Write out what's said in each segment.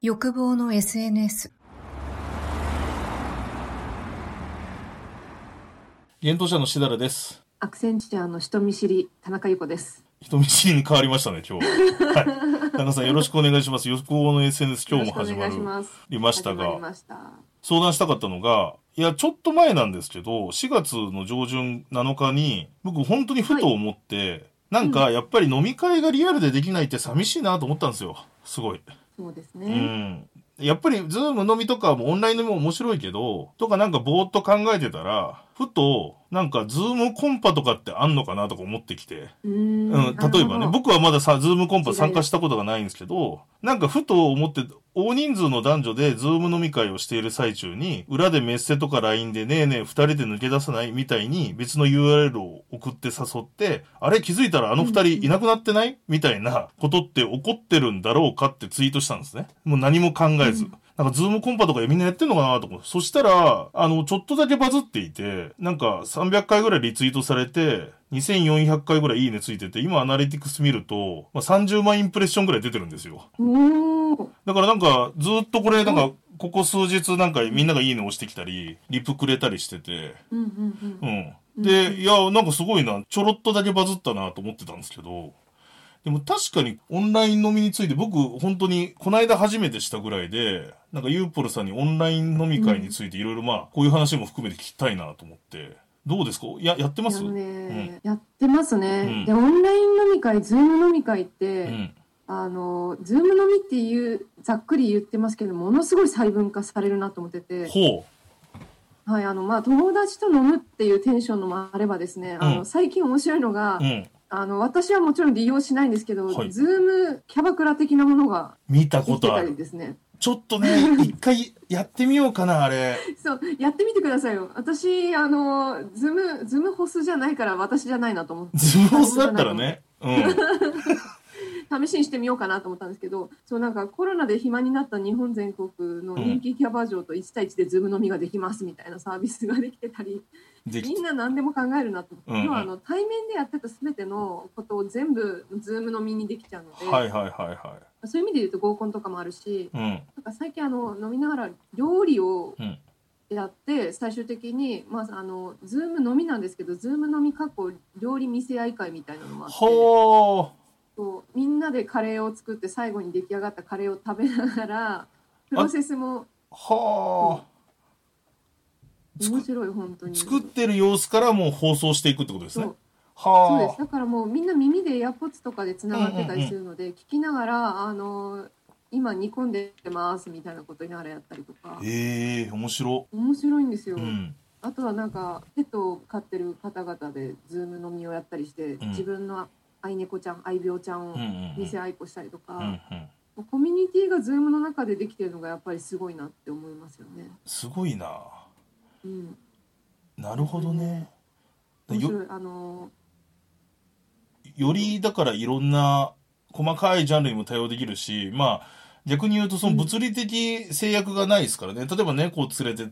欲望の SNS 現当者のしだらです。アクセンチュアの人見知り田中由子です。人見知りに変わりましたね、今日は。はい。田中さんよろしくお願いします。欲望の SNS 今日も始よろましくお願いしりまましすた始まりが、ました。相談したかったのが、いや、ちょっと前なんですけど、4月の上旬7日に、僕本当にふと思って、なんかやっぱり飲み会がリアルでできないって寂しいなと思ったんですよ。すごい。そうですうね。ん。やっぱり、ズーム飲みとかもオンライン飲みも面白いけど、とかなんかぼーっと考えてたら、ふと、なんかズームコンパとかってあんのかなとか思ってきて、うーうんん、例えばね、なるほど僕はまださ、ズームコンパ参加したことがないんですけど、なんかふと思って、大人数の男女でズーム飲み会をしている最中に、裏でメッセとか LINE でねえねえ二人で抜け出さないみたいに別の URL を送って誘って、あれ気づいたらあの二人いなくなってないみたいなことって起こってるんだろうかってツイートしたんですね。もう何も考えず。なんかズームコンパとかみんなやってんのかなと思って。そしたら、あの、ちょっとだけバズっていて、なんか300回ぐらいリツイートされて、2400回ぐらいいいねついてて、今アナリティクス見ると、まあ、30万インプレッションぐらい出てるんですよ。おーだからなんか、ずっとこれ、なんか、ここ数日なんかみんながいいね押してきたり、リプくれたりしてて、うんうんうう。んん。で、いや、なんかすごいな、ちょろっとだけバズったなと思ってたんですけど、でも確かにオンライン飲みについて僕本当にこの間初めてしたぐらいで、なんかユーポルさんにオンライン飲み会についていろいろまあ、こういう話も含めて聞きたいなと思って、どうですかや、やってまあすのうん。ね、やってますうんね。で、オンライン飲み会、ズーム飲み会っうて、ん。あの、ズーム飲みっていう、ざっくり言ってますけど、ものすごい細分化されるなと思ってて、ほはい、あの、まあ、友達と飲むっていうテンションのもあればですね、あうんの、最近面白いのがう。う、ん。あの、私はもちろん利用しないんですけど、はいズームキャバクラ的なものが見た生こきてとあたりる。ですね。ちょっとね、一回やってみようかな、あれ。そうやってみてくださいよ。私あのズムズムホスじゃないから私じゃないなと思ってズボスだったらね。うん。試しにしてみようかなと思ったんですけど、そうなんかコロナで暇になった日本全国の人気キャバ嬢と1対1でズーム飲みができますみたいなサービスができてたり、できみんな何でも考えるなと思って。うんうん要はあの対面でやってたすべてのことを全部ズーム飲みにできちゃうので、はいはいはそういう意味で言うと合コンとかもあるし、いはい。うん。なんか最近あの飲みながら料理をうんやって最終的に、まあ、あのズーム飲みなんですけどズーム飲みかっこ料理見せ合い会みたいなのもあってほー。こうみんなでカレーを作って最後に出来上がったカレーを食べながらプロセスもはー。面作白い本当に作ってる様子からもう放送していくってことですそねう。そうではすー。だからもうみんな耳でエアポッツとかでつながってたりするので、聞きながらあの今煮込んでますみたいなこと言いながらやったりとかええー、面白。面白いんですよ。うん。あとはなんかペットを飼ってる方々でズーム飲みをやったりして、ん自分の愛猫ちゃん愛病ちゃんをうんうんうん。店愛子したりとか、うんうん。もうコミュニティがズームの中でできてるのがやっぱりすごいなって思いますよね。すごいな。うん、なるほどね。面よ白いあのよりだからいろんな細かいジャンルにも対応できるし、まあ逆に言うとその物理的制約がないですからね。例えば猫を連れて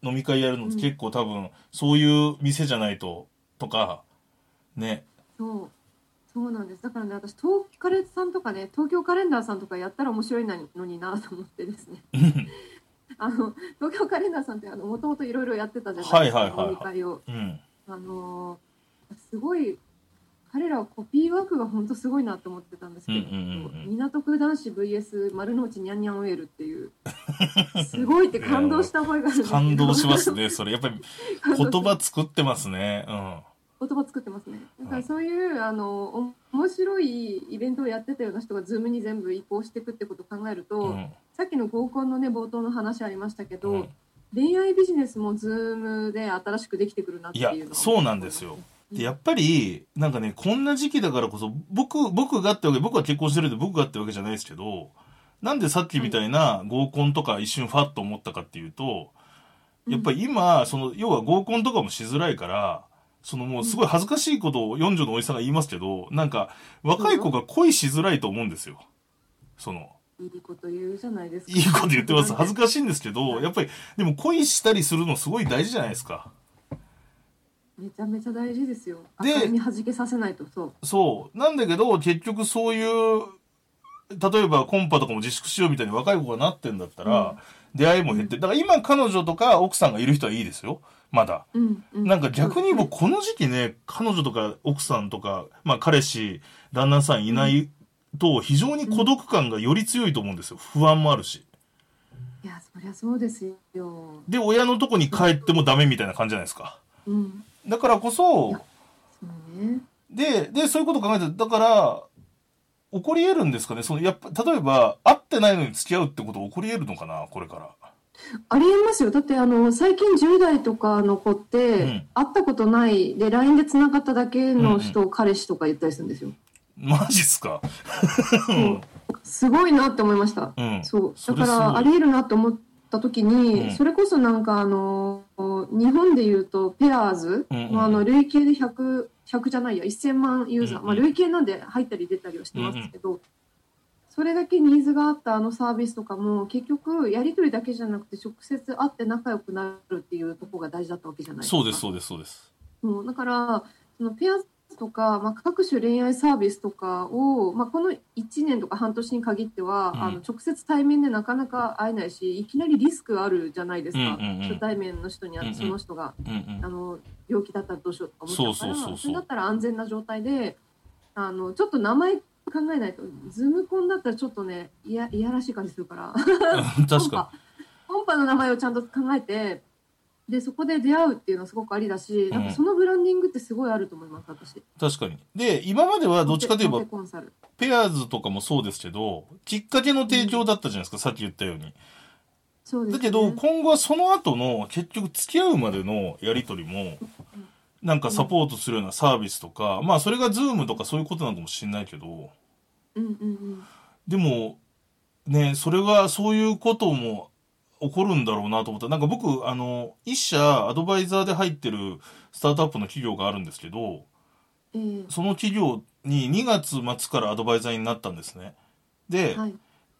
飲み会やるのって結構多分そういう店じゃないととか、ね。そうそうなんですだからね私東カレさんとかね東京カレンダーさんとかやったら面白いなのになと思ってですね。 あの東京カレンダーさんってもともといろいろやってたじゃないですか、はいはいはいはい飲み会を。うん。あのーすごい彼らはコピーワークが本当すごいなと思ってたんですけど、うんうんうんうん港区男子 VS 丸の内ニャンニャンウェルっ ていうすごいって感動した覚えがあるんですけど感動し ますね。それやっぱり感動し言葉作ってますね。うん。言葉作ってますねだからそういうあのお面白いイベントをやってたような人が Zoom に全部移行していくってことを考えると、うんさっきの合コンのね冒頭の話ありましたけど、うん恋愛ビジネスも Zoom で新しくできてくるなっていいうのやは、そうなんですよ。で、やっぱり、なんかね、こんな時期だからこそ、僕、僕がってわけ、僕は結婚してるんで僕がってわけじゃないですけど、なんでさっきみたいな合コンとか一瞬ファッと思ったかっていうと、うんやっぱり今、その、要は合コンとかもしづらいから、そのもうすごい恥ずかしいことを40のおじさんが言いますけど、なんか、若い子が恋しづらいと思うんですよ。その、いいこと言うじゃないですか。いいこと言ってます。 恥ずかかしいんですけど、やっぱり、でも恋したりするのすごい大事じゃないですか。めちゃめちゃ大事ですよ。で明るみ弾けさせないと、そう。そう。なんだけど、結局そういう例えばコンパとかも自粛しようみたいに若い子がなってんだったら、出会いも減って、だから今彼女とか奥さんがいる人はいいですよ。まだ。うんうなんか逆に僕この時期ね、彼女とか奥さんとか、まあ彼氏、旦那さんいないと非常に孤独感がより強いと思うんですよ。不安もあるし。いやそりゃそうですよ、うで、親のとこに帰ってもダメみたいな感じじゃないですか。ん、だからこそ、そうねで、で、そういうこと考えて、だから、起こり得るんですかねその、やっぱ、例えば、会ってないのに付き合うってこと起こり得るのかなこれから。 ありえますよだってあの最近10代とかの子って、ん会ったことないで LINE でつながっただけの人を彼氏とか言ったりするんですよ、マジっすかうん。すごいなって思いました、うん。そうそだれかすごいらありえるなと思った時に、うんそれこそなんかあの日本でいうとペアーズうんうんのあの累計で 100, 100じゃないや1000万ユーザうー、んうんまあ、累計なんで入ったり出たりはしてますけど、それだけニーズがあったあのサービスとかも結局やり取りだけじゃなくて直接会って仲良くなるっていうところが大事だったわけじゃないですか。そうです、そうです、そうです。もうだからそのペアーズとか、まあ、各種恋愛サービスとかを、まあ、この1年とか半年に限っては、うんあの直接対面でなかなか会えないしいきなりリスクあるじゃないですか、うんうんうん初対面の人に会ってその人が、うんうんあ。の病気だったらどうしようとか思ったかそうらそうそうそうれだったら安全な状態であのちょっと名前考えないとズームコンだったらちょっとねいやいやらしい感じするから。 確かコンパの名前をちゃんと考えてでそこで出会うっていうのはすごくありだし、なんかそのブランディングってすごいあると思います私に。確かに。で、今まではどっちかといえばカフェ、コンサルペアーズとかもそうですけど、きっかけの提供だったじゃないですか、さっき言ったように。そうでだす、ね、けど、今後はその後の、結局付き合うまでのやりとりも、なんかサポートするようなサービスとか、まあそれがズームとかそういうことなのかもしれないけど、うんうんうんでも、ね、それが、そういうことも起こるんだろうなと思った。なんか僕、あの、一社アドバイザーで入ってるスタートアップの企業があるんですけど、えーその企業に2月末からアドバイザーになったんですね。で、はい、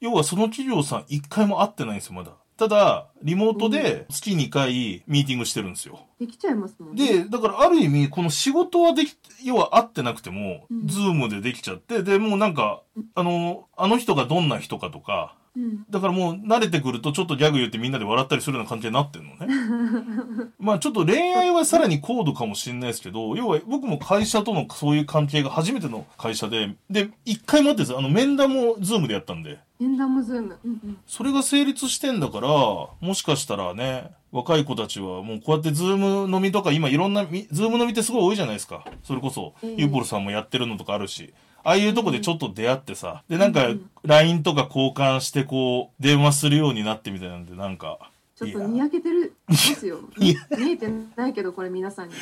要はその企業さん一回も会ってないんですよ、まだ。ただ、リモートで月2回ミーティングしてるんですよ。できちゃいますもんねで、だからある意味、この仕事はでき、要は会ってなくても、うんズームでできちゃって、で、もうなんか、あの、あの人がどんな人かとか、うん、だからもう慣れてくるとちょっとギャグ言ってみんなで笑ったりするような関係になってんのね。まあちょっと恋愛はさらに高度かもしれないですけど、要は僕も会社とのそういう関係が初めての会社で、で、一回もあってですあの面談もズームでやったんで。面談もズーム、うんうん、それが成立してんだから、もしかしたらね、若い子たちはもうこうやってズーム飲みとか今いろんなみ、ズーム飲みってすごい多いじゃないですか。それこそ、うんユーポルさんもやってるのとかあるし。ああいうとこでちょっと出会ってさ、でなんかうん LINE とか交換してこう電話するようになってみたいなんでなんか、ちょっいとやにやけてるですよい見えてないけどこれ皆さんに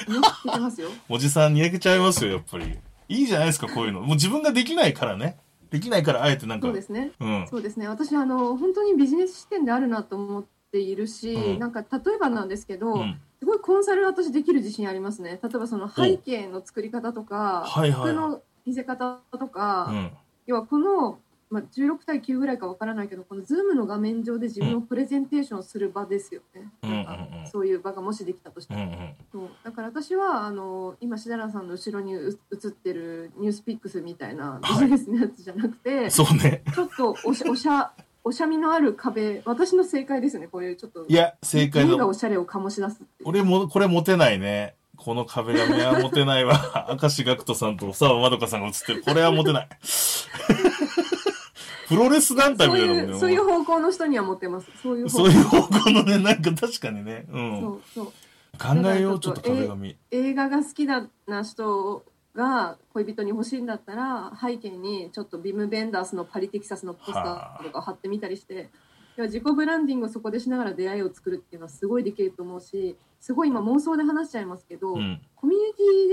見えてますよおじさんにやけちゃいますよやっぱり。いいじゃないですかこういうの。もう自分ができないからね。できないからあえてなんか、そうですねうん。そうですね私あの本当にビジネス視点であるなと思っているし、うんなんか例えばなんですけど、うん。すごいコンサル私できる自信ありますね。例えばその背景の作り方とか、はいはいはい服の見せ方とか、うん。要はこの、まあ、16対9ぐらいかわからないけど、このズームの画面上で自分のプレゼンテーションをする場ですよね。うんなんかうんうんそういう場がもしできたとしうたんうら、ん。そうだから私はあの今しだらさんの後ろにう映ってるニュースピックスみたいなビジネスのやつじゃなく て、そうね。ちょっとおしゃおしゃおしゃみのある壁、私の正解ですよね。こういうちょっといや、正解だ自由がおしゃれを醸し出すっていう。俺も、これ持てないね。この壁紙は持てないわ。 明石学人さんと澤まどかさんが映ってる。これは持てない。 プロレス団体そみたういなもいんだうよそういう方向の人には持ってます。そういう方そういう方向のね、なんか確かにね。うそん。うそう考えよう、ちょっと壁紙。映画が好きだな人が恋人に欲しいんだったら背景にちょっとビム・ベンダースのパリ・テキサスのポスターとかを貼ってみたりして要は自己ブランディングをそこでしながら出会いを作るっていうのはすごいできると思うしすごい今妄想で話しちゃいますけど、うん。コミュ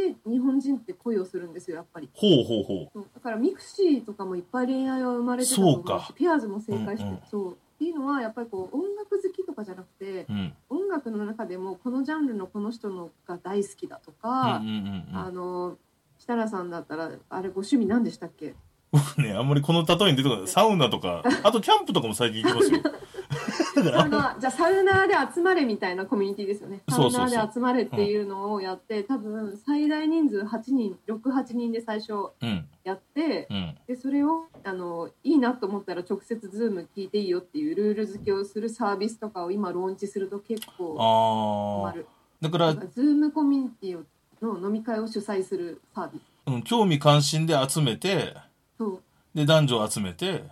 ニティで日本人って恋をするんですよやっぱり。ほうほうほそうだからミクシーとかもいっぱい恋愛は生まれてたとそ思ううかしピアーズも正解して、うんうんそうっていうのはやっぱりこう音楽好きとかじゃなくて、う。うん。音楽の中でもこのジャンルのこの人のが大好きだうとんか、うんうんうあん。の設楽さんだったらあれご趣味何でしたっけ僕ね、あんまりこの例えに出てこない。サウナとか、あとキャンプとかも最近行きますよ。 だかサら、ウナじゃあサウナーで集まれみたいなコミュニティですよねサそうウそうそナうーで集まれっていうのをやって多分最大人数8人68人で最初うん、やってうん、でそれをあのいいなと思ったら直接ズーム聞いていいよっていうルール付けをするサービスとかを今ローンチすると結構あ困あ、るだかならん、かズームコミュニティをの飲み会を主催するサービスうん、興味関心で集めて、そうで、男女集めて、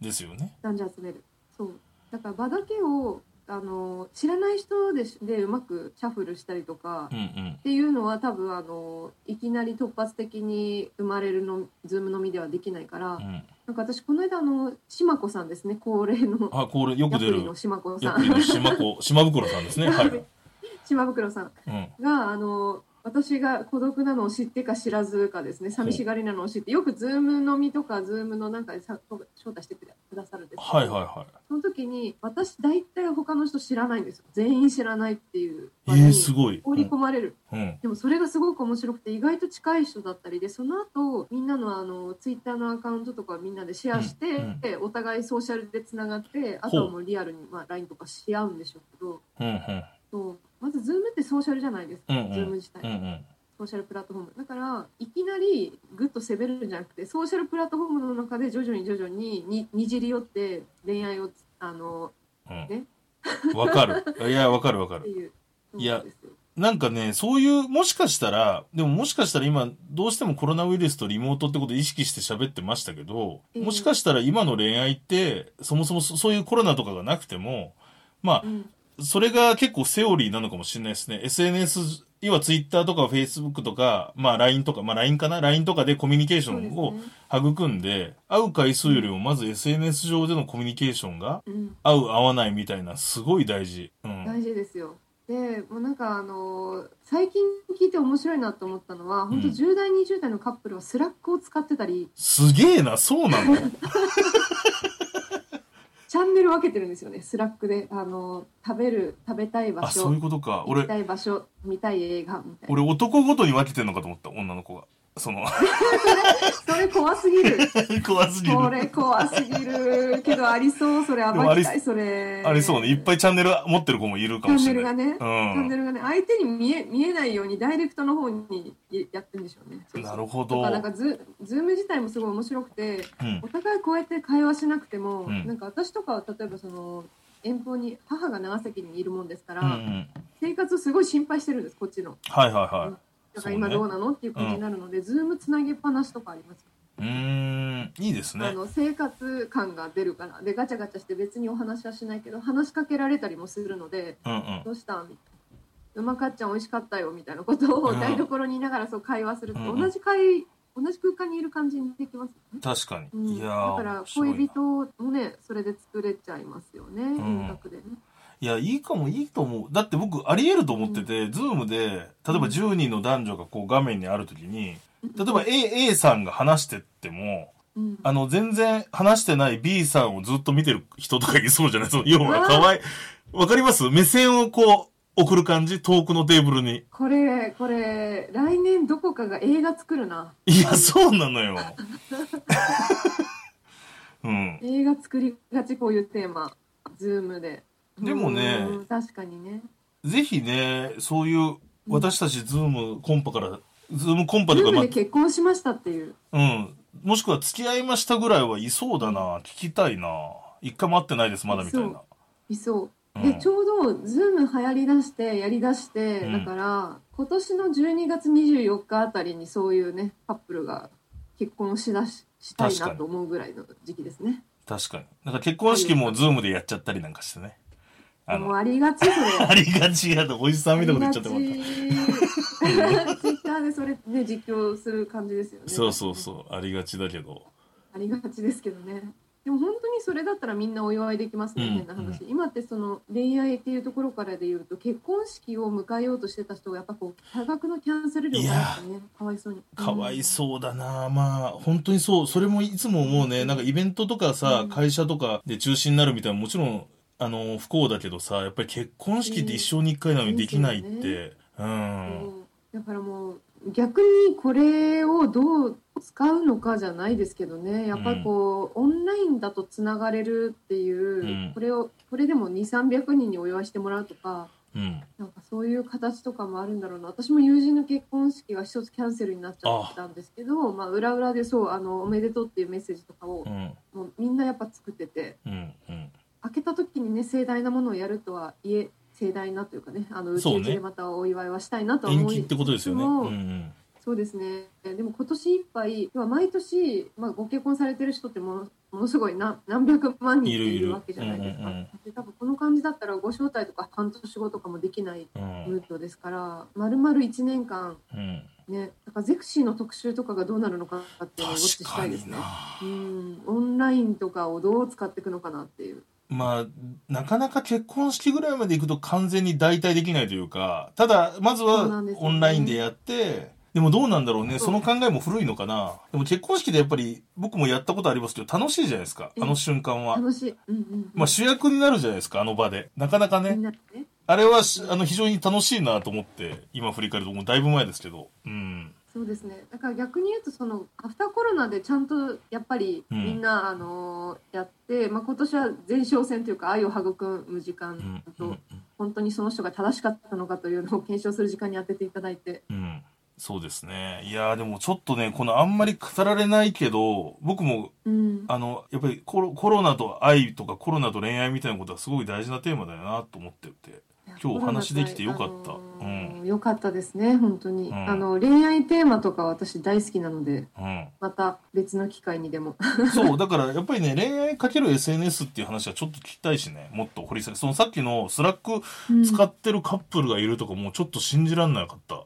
ですよね。男女集めるそうだから場だけをあの知らない人でしでうまくシャッフルしたりとか、うん、うんっ。ていうのは多分あのいきなり突発的に生まれるのズームのみではできないから、うん、なんか私この間あの島子さんですね恒例のあ、これよヤくプ出リるの。島子やっさぱり んの島 子、島袋さんですね。はい。島袋さんうん。があの私が孤独なのを知ってか知らずかですね寂しがりなのを知ってよくズームのみとかズームのなんかでさ招待してくださるんですけどはいはいはその時に私大体他の人知らないんですよ全員知らないっていう場い。えにー、すごい。放り込まれる。うん。でもそれがすごく面白くて意外と近い人だったりでその後みんなのあのツイッターのアカウントとかみんなでシェアして、うんうんでお互いソーシャルでつながってあとはもうリアルに、まあ、LINE とかし合うんでしょうけどうん、うん。そうまず Zoom ってソーシャルじゃないですか、うんうん Zoom 自体、うん、うん。ソーシャルプラットフォームだからいきなりグッと攻めるんじゃなくてソーシャルプラットフォームの中で徐々に徐々にににじり寄って恋愛をつあの ねうん。わかる。いや、わかるわかってる。いうそういやなんですよなんかね、そういう、もしかしたら、でももしかしたら今、どうしてもコロナウイルスとリモートってことを意識して喋ってましたけど、ええもしかしたら今の恋愛って、そもそもそそういうコロナとかがなくても、まうんあ、それが結構セオリーなのかもしれないですね。SNS、要は Twitter とか Facebook とか、まあ LINE とか、まあ LINE かな ?LINE とかでコミュニケーショそうですンをね、育んで、会う回数よりもまず SNS 上でのコミュニケーションが、うん合う合わないみたいな、すごい大事。うん。大事ですよ。でもうなんかあの最近聞いて面白いなと思ったのは本当うん10代20代のカップルはスラックを使ってたりすげえな、そうなのチャンネル分けてるんですよねスラックであの食べる食べたい場あ、そうい所うことか。行俺き、たい場所見たい映画みたいな俺男ごとに分けてんのかと思った、女の子が。その、 それ怖すぎる怖すぎる。それ怖すぎるけどありそうそれも暴きたありいそれありそうね。いっぱいチャンネル持ってる子もいるかチャもンしネれルながい。ね、うチャンネん。ルがね相手に見え見えないようにダイレクトの方にやってるんでしょうねそうそうなるほだど。からなんかズズーム自体もすごい面白くてうんお。互いこうやって会話しなくても、うんなんか私とかは例えばその遠方に母が長崎にいるもんですから、うんうん。生活をすごい心配してるんですこっちのはいはいはだからそう今ねどうなのっていう感じになるので、ズームつなげっぱなしとかあります、い。うーん。いいですあね。の生活感が出るからでガチャガチャして別にお話はしないけど話しかけられたりもするのでうんうん。どうしたみたいな。うまかっちゃん美味しかったよみたいなことをうん台所にいながらそう会話すると、うんうん同じ会同じ空間にいる感じにできますね。確かうんに。いやだかーら面白い恋な。人もねそれで作れちゃいますよね、ん遠隔でねいや、いいかも、いいと思う。だって僕、あり得ると思ってて、ズームで、例えばうん10人の男女がこう画面にあるときに、例えばえ A, A さんが話してっても、うん、あの、全然話してない B さんをずっと見てる人とかいそうじゃないその要は、かわいい。わかります目線をこう、送る感じ遠くのテーブルに。これこれ来年どこかが映画作るないや、そうな のよ。うん。映画作りがちこういうテーマズームででもねうん確かにねぜひね、そういう、私たちズームコンパから、ズームコンパズとか、ームまで結婚しましたっていううん。もしくは付き合いましたぐらいはいそうだな。聞きたいな。一回も会ってないです、まだみたいな。いそううでんちょうどズーム流行りだしてやりだして、うんだから今年の12月24日あたりにそういうねカップルが結婚しだししたい確かなにと思うぐらいの時期ですね。確かに。なんか結婚式もズームでやっちゃったりなんかしてね。あもうの、ありがちそれ。 ありがちやだ。おじさんみたいなこと言っちゃってもらっ ツイッターでそれね実況する感じですよね。た。そうそうそう。ありがちだけど。ありがちですけどね。でも本当にそれだったらみんなお祝いできますね、うん変な話。今ってその恋愛っていうところからで言うと結婚式を迎えようとしてた人がやっぱこう多額のキャンセル料があってねかわいそうに。かわいそそうだな、まあ、本当にそう。それもいつも思うね。なんかイベントとかさ、うん会社とかで中止になるみたいな、もちろん、あの、不幸だけどさ、やっぱり結婚式って一生に一回なのにできないって。うん。だからもう逆にこれをどう使うのかじゃないですけどねやっぱりこう、オンラインだとつながれるっていう、うんこれをこれでも2 3 0 0人にお祝いしてもらうとかうん。なんかそういう形とかもあるんだろうな私も友人の結婚式が一つキャンセルになっちゃったんですけどまあ裏裏でそうあのおめでとうっていうメッセージとかをう、ん。もうみんなやっぱ作っててうん。うん。開けた時にね盛大なものをやるとはいえ盛大なというかねあのうちそうねうちでまたお祝いはしたいなとは延思い期ってことですよね。つつもうん。そうですね。でも今年いっぱい、要は毎年、まあ、ご結婚されてる人ってものものすごい何何百万人いいるいるるわけじゃないですか。うんうんで多分この感じだったらご招待とか半年後とかもできないうん。うムんードですから、丸々1年間、うん。ね、だからゼクシーの特集とかがどうなるのかっていうのをウォッ確チしたかいですにねな。。うん、オンラインとかをどう使っていくのかなっていう。まあ、なかなか結婚式ぐらいまで行くと完全に代替できないというか、ただ、まずそうなはんですよねオンラインでやって、でもどうなんだろうね。その考えも古いのかな。でも結婚式でやっぱり僕もやったことありますけど、楽しいじゃないですか。あの瞬間は。楽しい。うんうんうんまあ主役になるじゃないですか、あの場で。なかなかみねん。なでね。あれはし、あの、非常に楽しいなと思って、今振り返るともうだいぶ前ですけど。うん。そうですね。だから逆に言うとそのアフターコロナでちゃんとやっぱりうんみんな、あのーやって、まあ今年は前哨戦というか愛を育む時う間ん。と、うん本当にその人が正しかったのかというのを検証する時間に当てていただいて、うん。そうですね。いやーでもちょっとね、このあんまり語られないけど、僕もうん、あの、やっぱりコロコロナと愛とかコロナと恋愛みたいなことはすごい大事なテーマだよなと思ってて。今日お話できてよかったあのーよかったですね本当に、うんあの恋愛テーマとか私大好きなのでうまた別の機会にでもん。そう、だからやっぱりね、恋愛かける SNS っていう話はちょっと聞きたいしね、もっと掘り下げ、そのさっきのスラックうん使ってるカップルがいるとかもうちょっと信じらんなかった。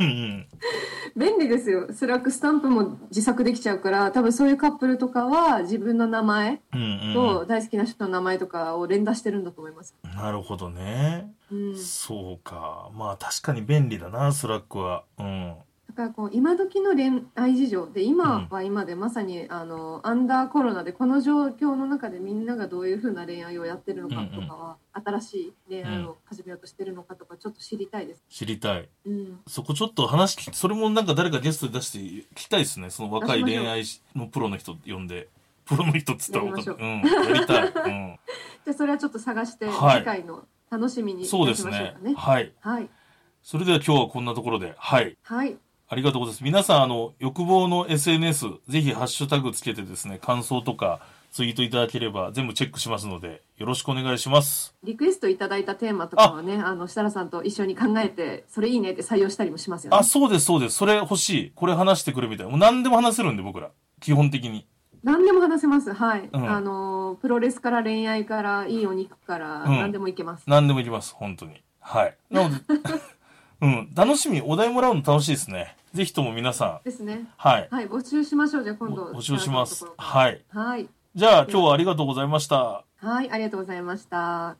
うん 便利ですよスラックスタンプも自作できちゃうから多分そういうカップルとかは自分の名前うんうんと大好きな人の名前とかを連打してるんだと思います。なるほどね。うん、だそうか。まあ確かに便利だな、スラックは。うん。からこう今時の恋愛事情で今は今でまさにあのアンダーコロナでこの状況の中でみんながどういうふうな恋愛をやってるのかとかは新しい恋愛を始めようとしてるのかとかちょっと知りたいです。知りたい。うん、そこちょっと話聞き、それもなんか誰かゲストで出して聞きたいですね。その若い恋愛のプロの人呼んで。プロの人っつったら分かんない。うん。やりたい。うん。じゃあそれはちょっと探してはい次回の楽しみ にいたしそうまでしすょうかねね。。はい。はい、それでは今日はこんなところで。はい。はい、ありがとうございます。皆さん、あの、欲望の SNS、ぜひハッシュタグつけてですね、感想とかツイートいただければ全部チェックしますので、よろしくお願いします。リクエストいただいたテーマとかはねあの設楽さんと一緒に考えてそれいいねって採用したりもしますよねあ、。そうです、そうです。それ欲しい。これ話してくれみたい。もう何でも話せるんで、僕ら。基本的に。何でも話せます。はい。うんあのープロレスから恋愛からいいお肉からうん何でもいけます。何でもいきます、本当に。はい。なの で、うん、楽しみ、お題もらうの楽しいですね。ぜひとも皆さん、ですね。はい、はい、募集しましょう。じゃあ今度。募集します設楽さんのところからはい。はい。じゃあ、今日はありがとうございました。はい、ありがとうございました。